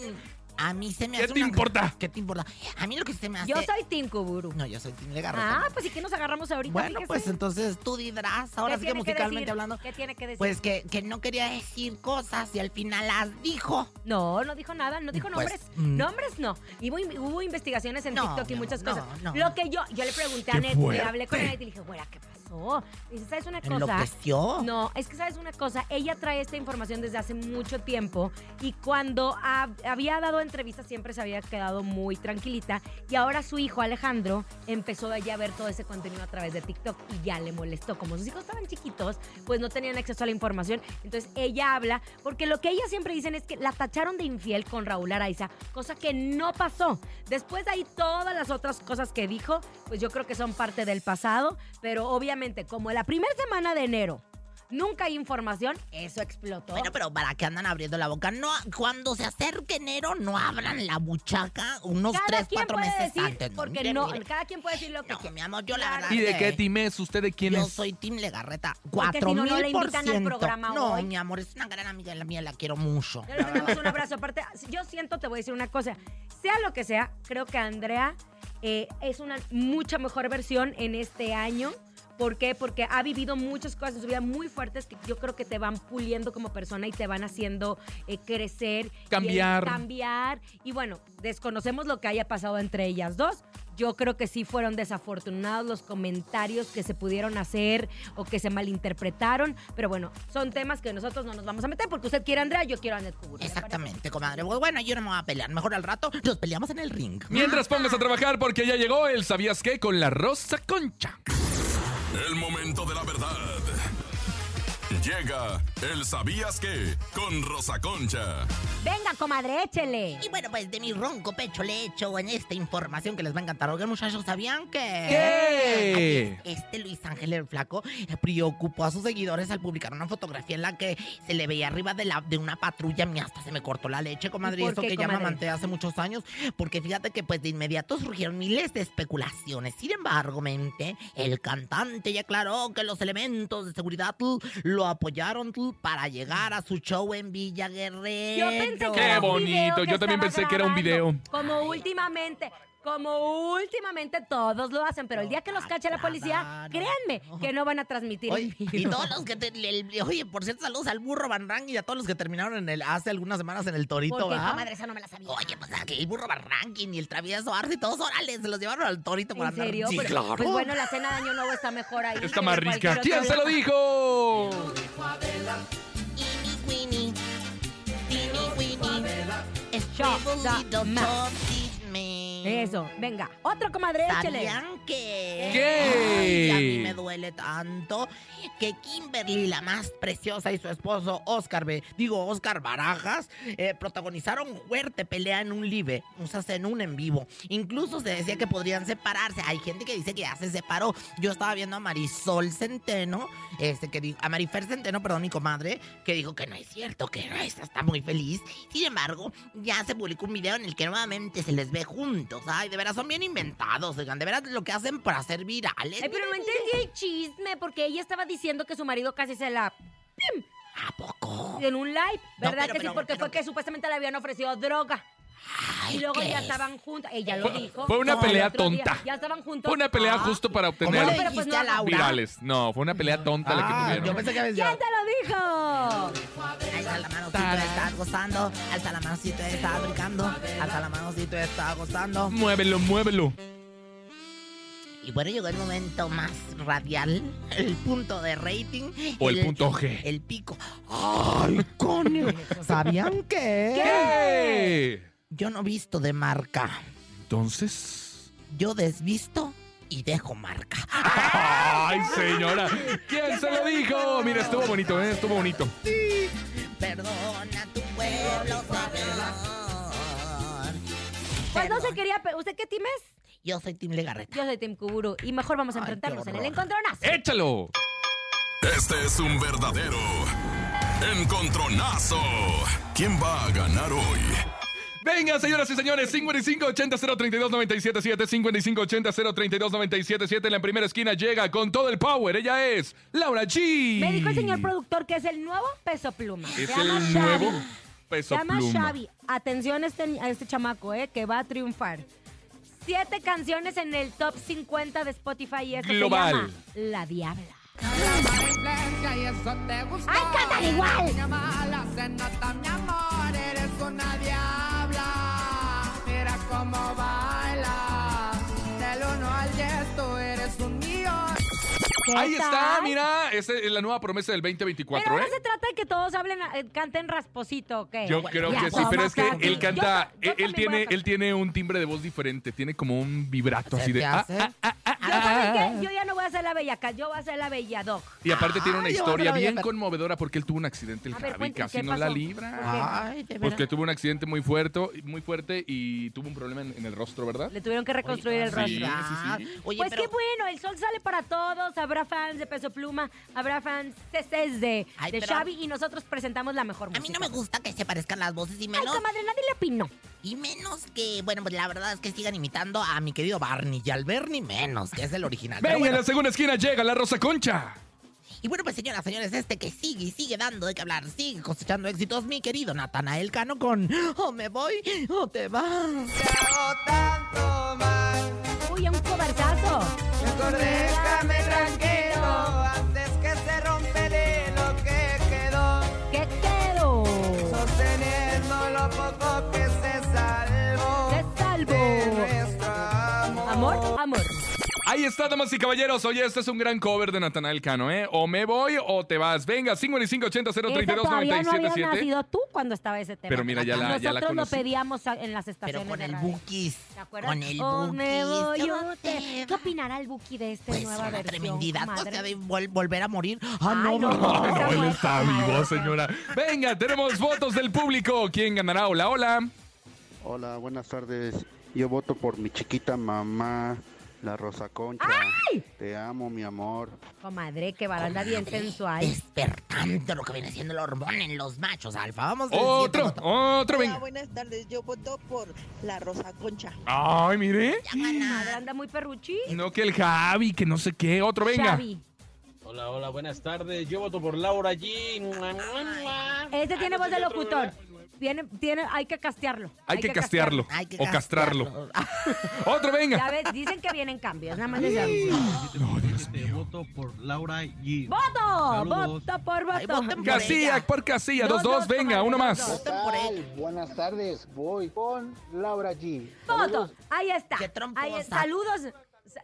Speaker 3: A mí se me
Speaker 4: ¿Qué
Speaker 3: hace
Speaker 4: te
Speaker 3: una-
Speaker 4: importa?
Speaker 3: ¿Qué te importa? A mí lo que se me hace...
Speaker 2: Yo soy Tim Kuburu.
Speaker 3: No, yo soy Tim Legarreta.
Speaker 2: Ah, pues ¿y qué nos agarramos ahorita?
Speaker 3: bueno,
Speaker 2: Fíjese.
Speaker 3: pues entonces tú dirás, ahora
Speaker 2: ¿Qué
Speaker 3: sí que
Speaker 2: tiene
Speaker 3: musicalmente
Speaker 2: decir?
Speaker 3: hablando,
Speaker 2: ¿Qué tiene que decir?
Speaker 3: pues que, que no quería decir cosas y al final las dijo.
Speaker 2: No, no dijo nada, no dijo
Speaker 3: Pues,
Speaker 2: nombres.
Speaker 3: mm.
Speaker 2: Nombres no. Y hubo, hubo investigaciones en
Speaker 3: No,
Speaker 2: TikTok y
Speaker 3: mi amor,
Speaker 2: muchas
Speaker 3: no,
Speaker 2: cosas.
Speaker 3: no.
Speaker 2: Lo que yo, yo le pregunté a
Speaker 4: Qué
Speaker 2: Net, le hablé con
Speaker 4: fuerte.
Speaker 2: Net y le dije, güera, ¿qué pasó? Y dice, ¿sabes una cosa?
Speaker 3: Enloqueció.
Speaker 2: No, es que sabes una cosa, ella trae esta información desde hace mucho tiempo y cuando ha- había dado entrevistas siempre se había quedado muy tranquilita y ahora su hijo Alejandro empezó ya a ver todo ese contenido a través de TikTok y ya le molestó. Como sus hijos estaban chiquitos, pues no tenían acceso a la información, entonces ella habla porque lo que ellas siempre dicen es que la tacharon de infiel con Raúl Araiza, cosa que no pasó. Después de ahí todas las otras cosas que dijo, pues yo creo que son parte del pasado, pero obviamente como la primera semana de enero Nunca hay información. Eso explotó.
Speaker 3: Bueno, pero ¿para qué andan abriendo la boca? No, cuando se acerque enero, no abran la buchaca unos
Speaker 2: cada
Speaker 3: tres,
Speaker 2: quien
Speaker 3: cuatro
Speaker 2: puede
Speaker 3: meses
Speaker 2: decir,
Speaker 3: antes. ¿no?
Speaker 2: porque
Speaker 3: Mire,
Speaker 2: no,
Speaker 3: mire.
Speaker 2: cada quien puede decir lo que
Speaker 3: No,
Speaker 2: quiera.
Speaker 3: mi amor, yo la
Speaker 2: Claro.
Speaker 3: verdad.
Speaker 4: ¿Y de
Speaker 3: que
Speaker 4: qué team es? ¿Usted de quién
Speaker 3: Yo
Speaker 4: es?
Speaker 3: soy Tim Legarreta.
Speaker 2: Porque
Speaker 3: Cuatro
Speaker 2: si no,
Speaker 3: mil
Speaker 2: no la
Speaker 3: por
Speaker 2: invitan al
Speaker 3: ciento.
Speaker 2: programa
Speaker 3: No,
Speaker 2: hoy.
Speaker 3: mi amor, es una gran amiga de la mía, la quiero mucho.
Speaker 2: Ya le mandamos un abrazo. Aparte, yo siento, te voy a decir una cosa. Sea lo que sea, creo que Andrea eh, es una mucha mejor versión en este año. ¿Por qué? Porque ha vivido muchas cosas en su vida muy fuertes que yo creo que te van puliendo como persona y te van haciendo eh, crecer. y
Speaker 4: Cambiar.
Speaker 2: el cambiar. Y bueno, desconocemos lo que haya pasado entre ellas dos. Yo creo que sí fueron desafortunados los comentarios que se pudieron hacer o que se malinterpretaron. Pero bueno, son temas que nosotros no nos vamos a meter porque usted quiere a Andrea, yo quiero a Annette Kuburu. ¿le
Speaker 3: Exactamente, comadre. Bueno, yo no me voy a pelear. Mejor al rato nos peleamos en el ring.
Speaker 4: Mientras pongas a trabajar porque ya llegó el ¿Sabías qué? con la Rosa Concha.
Speaker 1: El momento de la verdad. Llega el sabías que con Rosa Concha.
Speaker 2: parece? Venga, comadre, échele.
Speaker 3: Y bueno, pues de mi ronco pecho le echo en esta información que les va a encantar. Oigan, muchachos, ¿sabían que...?
Speaker 4: ¿Qué?
Speaker 3: Este Luis Ángel el Flaco preocupó a sus seguidores al publicar una fotografía en la que se le veía arriba de, la, de una patrulla. Mi hasta se me cortó la leche, comadre.
Speaker 2: ¿Y
Speaker 3: y
Speaker 2: por
Speaker 3: Eso
Speaker 2: qué,
Speaker 3: que ya me
Speaker 2: comadre?
Speaker 3: amanté hace muchos años. Porque fíjate que pues de inmediato surgieron miles de especulaciones. Sin embargo, mente, el cantante ya aclaró que los elementos de seguridad tú, lo apoyaron tú, para llegar a su show en Villa
Speaker 2: Yo
Speaker 3: Guerrero.
Speaker 2: pensé que
Speaker 4: Qué
Speaker 2: era un
Speaker 4: bonito,
Speaker 2: video que
Speaker 4: yo también
Speaker 2: estaba
Speaker 4: pensé que era un
Speaker 2: grabando,
Speaker 4: video.
Speaker 2: Como últimamente. como últimamente todos lo hacen, pero el día que los cache la policía, créanme que no van a transmitir el
Speaker 3: Ah, Oye, y
Speaker 2: virus.
Speaker 3: todos los que te- el- oye, por cierto, saludos al burro Van Ranking y a todos los que terminaron en el hace algunas semanas en el Torito,
Speaker 2: Porque,
Speaker 3: ¿verdad?
Speaker 2: comadre, esa no me la sabía.
Speaker 3: ah? Oye, pues aquí el burro Van Ranking y el travieso Arce y todos, órale, se los llevaron al Torito por
Speaker 2: ¿En
Speaker 3: andar.
Speaker 2: serio?
Speaker 3: Sí,
Speaker 2: Pero,
Speaker 3: claro.
Speaker 2: Pues bueno, la cena de Año Nuevo está mejor ahí.
Speaker 4: Está más
Speaker 2: que en
Speaker 4: rica.
Speaker 2: cualquier
Speaker 4: ¿Quién
Speaker 2: otro
Speaker 4: se lo
Speaker 2: lado.
Speaker 4: dijo?
Speaker 3: Teeny weeny, teeny weeny,
Speaker 2: Shop
Speaker 3: scribble
Speaker 2: the
Speaker 3: little
Speaker 2: map.
Speaker 3: toffee man.
Speaker 2: Eso, venga. Otro comadre, échele.
Speaker 3: ¿Sabían que?
Speaker 4: ¿Qué?
Speaker 3: Ay, a mí me duele tanto que Kimberly, la más preciosa, y su esposo Oscar, Be- digo Oscar Barajas, eh, protagonizaron fuerte pelea en un live, o sea, en un en vivo. Incluso se decía que podrían separarse. Hay gente que dice que ya se separó. Yo estaba viendo a Marisol Centeno, este que dijo, a Marifer Centeno, perdón, mi comadre, que dijo que no es cierto, que no es, está muy feliz. Sin embargo, ya se publicó un video en el que nuevamente se les ve juntos. Ay, de veras, son bien inventados, oigan, de veras lo que hacen para hacer virales.
Speaker 2: Ay, pues, pero no entendí el chisme, porque ella estaba diciendo que su marido casi se la...
Speaker 3: ¿A poco?
Speaker 2: En un live,
Speaker 3: No,
Speaker 2: ¿verdad
Speaker 3: pero,
Speaker 2: que sí?
Speaker 3: pero,
Speaker 2: Porque
Speaker 3: pero-
Speaker 2: fue que supuestamente le habían ofrecido droga.
Speaker 3: Ay,
Speaker 2: Y luego
Speaker 3: ¿qué
Speaker 2: ya
Speaker 3: es?
Speaker 2: estaban juntos. Ella lo
Speaker 4: Fue-
Speaker 2: dijo.
Speaker 4: fue una
Speaker 2: No, el
Speaker 4: pelea
Speaker 2: otro día.
Speaker 4: tonta.
Speaker 2: Ya estaban juntos.
Speaker 4: Fue una pelea
Speaker 2: Ah.
Speaker 4: justo para
Speaker 3: ¿Cómo
Speaker 2: No,
Speaker 3: le
Speaker 4: obtener
Speaker 2: pero pues
Speaker 3: dijiste a
Speaker 2: no,
Speaker 3: Laura?
Speaker 4: virales. No, fue una pelea tonta la
Speaker 3: Ah,
Speaker 4: que
Speaker 3: yo
Speaker 4: tuvieron.
Speaker 3: pensé que habías
Speaker 2: ¿Quién te lo dijo?
Speaker 3: Alza la mano si tú estás gozando, alza la mano si tú estás brincando, alza la mano si tú estás gozando.
Speaker 4: Muévelo, muévelo.
Speaker 3: Y bueno, llegó el momento más radial, el punto de rating.
Speaker 4: O el punto G.
Speaker 3: El pico. ¡Ay,
Speaker 2: <laughs>
Speaker 3: coño! ¿Sabían qué?
Speaker 4: ¿Qué?
Speaker 3: Yo no visto de marca.
Speaker 4: Entonces.
Speaker 3: Yo desvisto y dejo marca. ¡Ah!
Speaker 4: ¡Ay, señora! ¿Quién se lo dijo? Mira, estuvo bonito, ¿eh? Estuvo bonito.
Speaker 3: Perdona tu pueblo, señor.
Speaker 2: Pues no se quería... pe- ¿Usted qué team es?
Speaker 3: Yo soy Tim Legarreta.
Speaker 2: Yo soy Team Kuburu. Y mejor vamos a
Speaker 3: Ay, qué
Speaker 2: enfrentarnos en el
Speaker 3: horror.
Speaker 2: encontronazo.
Speaker 4: ¡Échalo!
Speaker 1: Este es un verdadero encontronazo. ¿Quién va a ganar hoy?
Speaker 4: Venga, señoras y señores, 55 80 032 977 55 80 032 977 En la primera esquina llega con todo el power. Ella es Laura G.
Speaker 2: Me dijo el señor productor que es el nuevo peso pluma.
Speaker 4: Es
Speaker 2: Se llama
Speaker 4: el
Speaker 2: Xavi.
Speaker 4: nuevo peso
Speaker 2: Se llama
Speaker 4: pluma.
Speaker 2: Xavi. Atención a este, a este chamaco, ¿eh? Que va a triunfar. Siete canciones en el top 50 de Spotify y esto
Speaker 4: Global.
Speaker 2: se llama La Diabla. ¡Ay, cántale igual! ¿Qué
Speaker 4: Ahí está,
Speaker 2: tal?
Speaker 4: mira, esa es la nueva promesa del
Speaker 2: pero
Speaker 4: 2024,
Speaker 2: ahora
Speaker 4: ¿eh?
Speaker 2: se trata de que todos hablen, eh, canten rasposito, ¿ok?
Speaker 4: Yo creo
Speaker 2: Ya,
Speaker 4: que sí,
Speaker 2: vamos
Speaker 4: pero es que
Speaker 2: a-
Speaker 4: él canta,
Speaker 2: Yo- yo
Speaker 4: él,
Speaker 2: también
Speaker 4: él
Speaker 2: voy
Speaker 4: tiene,
Speaker 2: a
Speaker 4: él tiene un timbre de voz diferente, tiene como un vibrato así de. ah, ah, ah, ah,
Speaker 2: cantar. Yo, ¿saben
Speaker 4: ah.
Speaker 2: qué? Yo ya no voy a ser la bellaca, yo voy a ser la belladoc.
Speaker 4: Y aparte tiene una
Speaker 3: Ay,
Speaker 4: historia
Speaker 3: ojalá,
Speaker 4: bien
Speaker 3: ojalá.
Speaker 4: conmovedora porque él tuvo un accidente, el
Speaker 2: A ver,
Speaker 4: Javi,
Speaker 2: cuéntame,
Speaker 4: casi
Speaker 2: ¿qué
Speaker 4: no la
Speaker 2: pasó?
Speaker 4: libra. Ah,
Speaker 2: ¿Por qué?
Speaker 3: Ay, de
Speaker 4: Porque
Speaker 3: verdad.
Speaker 4: tuvo un accidente muy fuerte, muy fuerte y tuvo un problema en, en el rostro, ¿verdad?
Speaker 2: Le tuvieron que reconstruir el
Speaker 4: Ah, sí.
Speaker 2: rostro.
Speaker 4: sí.
Speaker 3: Ah, Oye,
Speaker 2: pues
Speaker 3: pero...
Speaker 2: qué bueno, el sol sale para todos. Habrá fans de Peso Pluma, habrá fans CCs de,
Speaker 3: Ay,
Speaker 2: de
Speaker 3: pero-
Speaker 2: Xavi y nosotros presentamos la mejor
Speaker 3: A
Speaker 2: música.
Speaker 3: mí no me gusta que se parezcan las voces y
Speaker 2: Ay,
Speaker 3: menos,
Speaker 2: comadre, nadie le opinó.
Speaker 3: y menos que, bueno, pues la verdad es que sigan imitando a mi querido Barney y al Bernie menos, que es el original. Pero
Speaker 4: Venga, en
Speaker 3: bueno,
Speaker 4: la segunda esquina llega la Rosa Concha.
Speaker 3: y bueno, pues señoras, señores, este que sigue y sigue dando de qué hablar, sigue cosechando éxitos, mi querido Natanael Cano con o me voy o te vas.
Speaker 2: Uy, a un cobardazo. tranquilo
Speaker 8: antes que se rompe lo que quedó,
Speaker 2: ¿Qué quedó?
Speaker 8: sosteniendo lo poco que se salvó.
Speaker 2: Te salvo. Amor, amor.
Speaker 4: Ahí está, damas y caballeros. Oye, este es un gran cover de Natanael Cano, ¿eh? O me voy o te vas. Venga, 5580
Speaker 2: Ese todavía no habías
Speaker 4: 032
Speaker 2: nacido tú cuando estaba ese tema.
Speaker 4: Pero mira, ya la-
Speaker 2: Nosotros
Speaker 4: ya la
Speaker 2: lo
Speaker 4: conocí.
Speaker 2: pedíamos a- en las estaciones
Speaker 3: Pero con
Speaker 2: de
Speaker 3: el
Speaker 2: radio.
Speaker 3: Bukis.
Speaker 2: ¿Te acuerdas?
Speaker 3: Con el
Speaker 2: Oh,
Speaker 3: Bukis.
Speaker 2: me voy,
Speaker 3: o
Speaker 2: yo te-
Speaker 3: te
Speaker 2: ¿Qué
Speaker 3: vas.
Speaker 2: opinará el Buki de esta
Speaker 3: Pues
Speaker 2: nueva
Speaker 3: una
Speaker 2: versión?
Speaker 3: tremendidad, o
Speaker 2: comadre?
Speaker 3: sea, de vol- volver a morir. Ah,
Speaker 2: Ay,
Speaker 3: no,
Speaker 2: no, no, no,
Speaker 3: no,
Speaker 4: <laughs> No, él
Speaker 2: no.
Speaker 4: está vivo, señora. Venga, tenemos votos del público. ¿Quién ganará? Hola, hola.
Speaker 11: Hola, buenas tardes. Yo voto por mi chiquita mamá, la Rosa Concha. Te amo, mi amor.
Speaker 2: Comadre, que baranda bien sensual.
Speaker 3: Despertando lo que viene siendo el hormón en los machos, Alfa. Vamos del siguiente
Speaker 4: Otro,
Speaker 3: voto.
Speaker 4: otro, venga.
Speaker 8: buenas tardes, yo voto por la Rosa Concha.
Speaker 4: Ay, mire.
Speaker 3: Ya ganada.
Speaker 2: Comadre, anda muy perruchi.
Speaker 4: No que el Javi, que no sé qué. Otro, venga.
Speaker 2: Xavi.
Speaker 8: Hola, hola, buenas tardes, yo voto por Laura G.
Speaker 4: Ah,
Speaker 2: Este tiene voz de locutor. Tiene, tiene, hay que castearlo.
Speaker 4: Hay, que, castearlo.
Speaker 2: Hay que
Speaker 4: o castrarlo.
Speaker 3: <laughs>
Speaker 4: Otro,
Speaker 2: Ya
Speaker 4: venga.
Speaker 2: ves, dicen que vienen cambios. Nada más les aviso.
Speaker 12: Voto por Laura G.
Speaker 2: ¡Voto!
Speaker 12: Saludos.
Speaker 2: ¡Voto por voto!
Speaker 4: Casilla por casilla.
Speaker 2: Dos,
Speaker 4: Dos,
Speaker 2: dos,
Speaker 4: dos, venga,
Speaker 2: comadre,
Speaker 4: uno
Speaker 2: dos,
Speaker 4: más.
Speaker 13: Buenas tardes, voy con Laura G.
Speaker 2: ¡Voto! Ahí está. Ahí es-
Speaker 13: está.
Speaker 2: Saludos. Sa-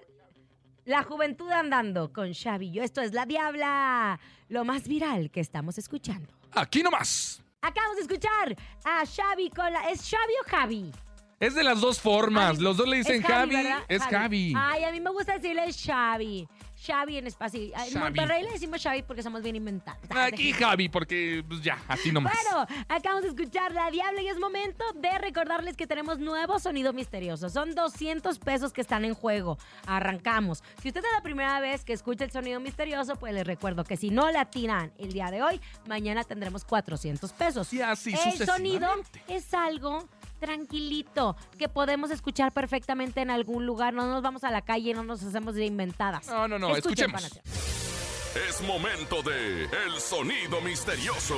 Speaker 2: La juventud andando con Chavillo. Esto es La Diabla. Lo más viral que estamos escuchando.
Speaker 4: Aquí nomás.
Speaker 2: Acabamos de escuchar a Xavi con la... ¿Es Xavi o Javi?
Speaker 4: Es de las dos formas. Los dos le dicen Javi.
Speaker 2: ¿verdad?
Speaker 4: es Javi.
Speaker 2: Ay, a mí me gusta decirle Xavi. Xavi en espacio. Ay, En
Speaker 4: Xavi.
Speaker 2: Monterrey le decimos Xavi porque somos bien inventados.
Speaker 4: Ah, Aquí Javi, porque pues, ya, así nomás.
Speaker 2: Bueno, acabamos de escuchar La Diabla y es momento de recordarles que tenemos nuevo sonido misterioso. Son 200 pesos que están en juego. Arrancamos. Si usted es la primera vez que escucha el sonido misterioso, pues les recuerdo que si no la tiran el día de hoy, mañana tendremos 400 pesos.
Speaker 4: Y así
Speaker 2: El sonido
Speaker 4: sucesivamente.
Speaker 2: es algo tranquilito que podemos escuchar perfectamente en algún lugar. No nos vamos a la calle, no nos hacemos de inventadas.
Speaker 1: No, no, no,
Speaker 2: Escuchen,
Speaker 1: escuchemos.
Speaker 2: panache.
Speaker 1: Es momento de El sonido misterioso.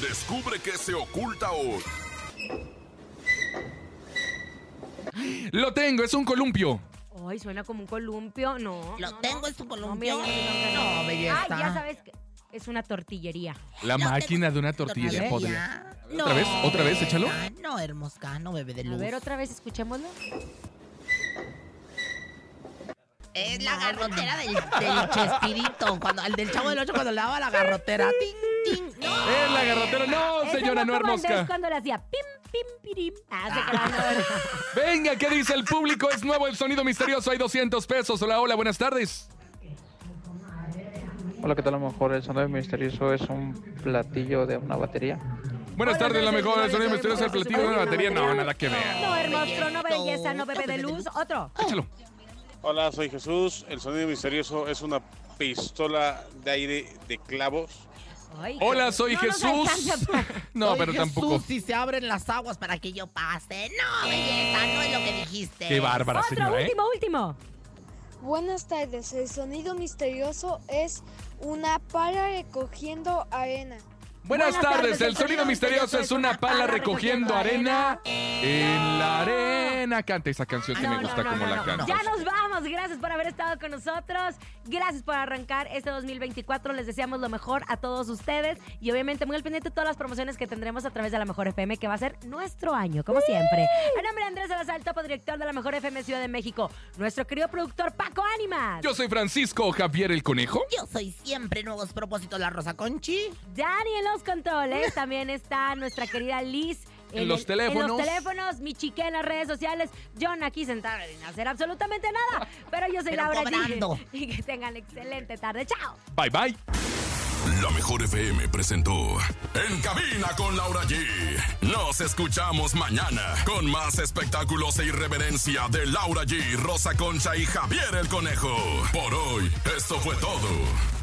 Speaker 1: Descubre qué se oculta hoy.
Speaker 4: Lo tengo, es un columpio.
Speaker 2: Ay, suena como un columpio. No.
Speaker 3: Lo
Speaker 2: no,
Speaker 3: tengo,
Speaker 2: no.
Speaker 3: es un
Speaker 2: No,
Speaker 3: columpio.
Speaker 2: mira, mira, mira, mira.
Speaker 3: No, belleza.
Speaker 2: Ay, ya sabes que es una tortillería.
Speaker 4: La máquina de una tortilla
Speaker 3: tortilla.
Speaker 4: podría. ¿Otra vez? ¿Otra vez? Échalo.
Speaker 3: No, hermosca, no bebe de
Speaker 2: A
Speaker 3: luz.
Speaker 2: ver, otra vez escuchémoslo.
Speaker 3: Es la garrotera del, del Chespirito, cuando, el del Chavo del Ocho cuando le daba la garrotera. Ting, ting. No.
Speaker 4: Es la garrotera. No,
Speaker 2: Ese
Speaker 4: Oh, señora, no
Speaker 2: loco Valdés
Speaker 4: hermosca.
Speaker 2: cuando le hacía pim, pim, pirim. Ah, se quedaba,
Speaker 4: <laughs>
Speaker 2: no.
Speaker 4: Venga, ¿qué dice el público? Es nuevo el sonido misterioso. Hay 200 pesos. Hola, hola, buenas tardes.
Speaker 14: Hola, ¿qué tal? A lo mejor el sonido misterioso es un platillo de una batería.
Speaker 4: Buenas tardes, la mejor. El sonido misterioso es el platillo de una batería. No, nada que ver.
Speaker 2: No, hermoso, no belleza, no bebé de luz. Otro.
Speaker 15: Hola, soy Jesús. El sonido misterioso es una pistola de aire de clavos.
Speaker 2: Ay,
Speaker 4: Hola, soy
Speaker 3: No nos
Speaker 4: Jesús. <laughs>
Speaker 3: alcanza
Speaker 4: No,
Speaker 3: Ay,
Speaker 4: pero
Speaker 3: Jesús,
Speaker 4: tampoco.
Speaker 3: Si se abren las aguas para que yo pase. No, belleza, no es lo que dijiste.
Speaker 4: Qué bárbara,
Speaker 2: Otro,
Speaker 4: señora, ¿eh?
Speaker 2: último, último.
Speaker 16: Buenas tardes, el sonido misterioso es una para recogiendo arena.
Speaker 4: Buenas, tardes. El sonido misterioso es una pala recogiendo arena Ah, en la arena. Canta esa
Speaker 2: Ah,
Speaker 4: canción que me gusta como la canta.
Speaker 2: Ya nos vamos. Gracias por haber estado con nosotros. Gracias por arrancar este 2024. Les deseamos lo mejor a todos ustedes. Y obviamente muy al pendiente de todas las promociones que tendremos a través de la Mejor FM, que va a ser nuestro año, como siempre. A nombre de Andrés Salazar, topo director de la Mejor FM Ciudad de México. Nuestro querido productor Paco Ánimas.
Speaker 4: Yo soy Francisco Javier el Conejo.
Speaker 3: Yo soy siempre nuevos propósitos, la Rosa Conchi.
Speaker 2: Dani en los controles. También está nuestra querida Liz.
Speaker 4: En
Speaker 2: el-
Speaker 4: los
Speaker 2: En
Speaker 4: teléfonos.
Speaker 2: los teléfonos, mi chique en las redes sociales. John aquí sentado sin hacer absolutamente nada. Pero yo soy
Speaker 1: Pero
Speaker 2: Laura
Speaker 1: cobrando.
Speaker 2: G. Y que tengan excelente tarde. ¡Chao!
Speaker 4: Bye, bye.
Speaker 1: La mejor FM presentó En cabina con Laura G. Nos escuchamos mañana con más espectáculos e irreverencia de Laura G, Rosa Concha y Javier el Conejo. Por hoy, esto fue todo.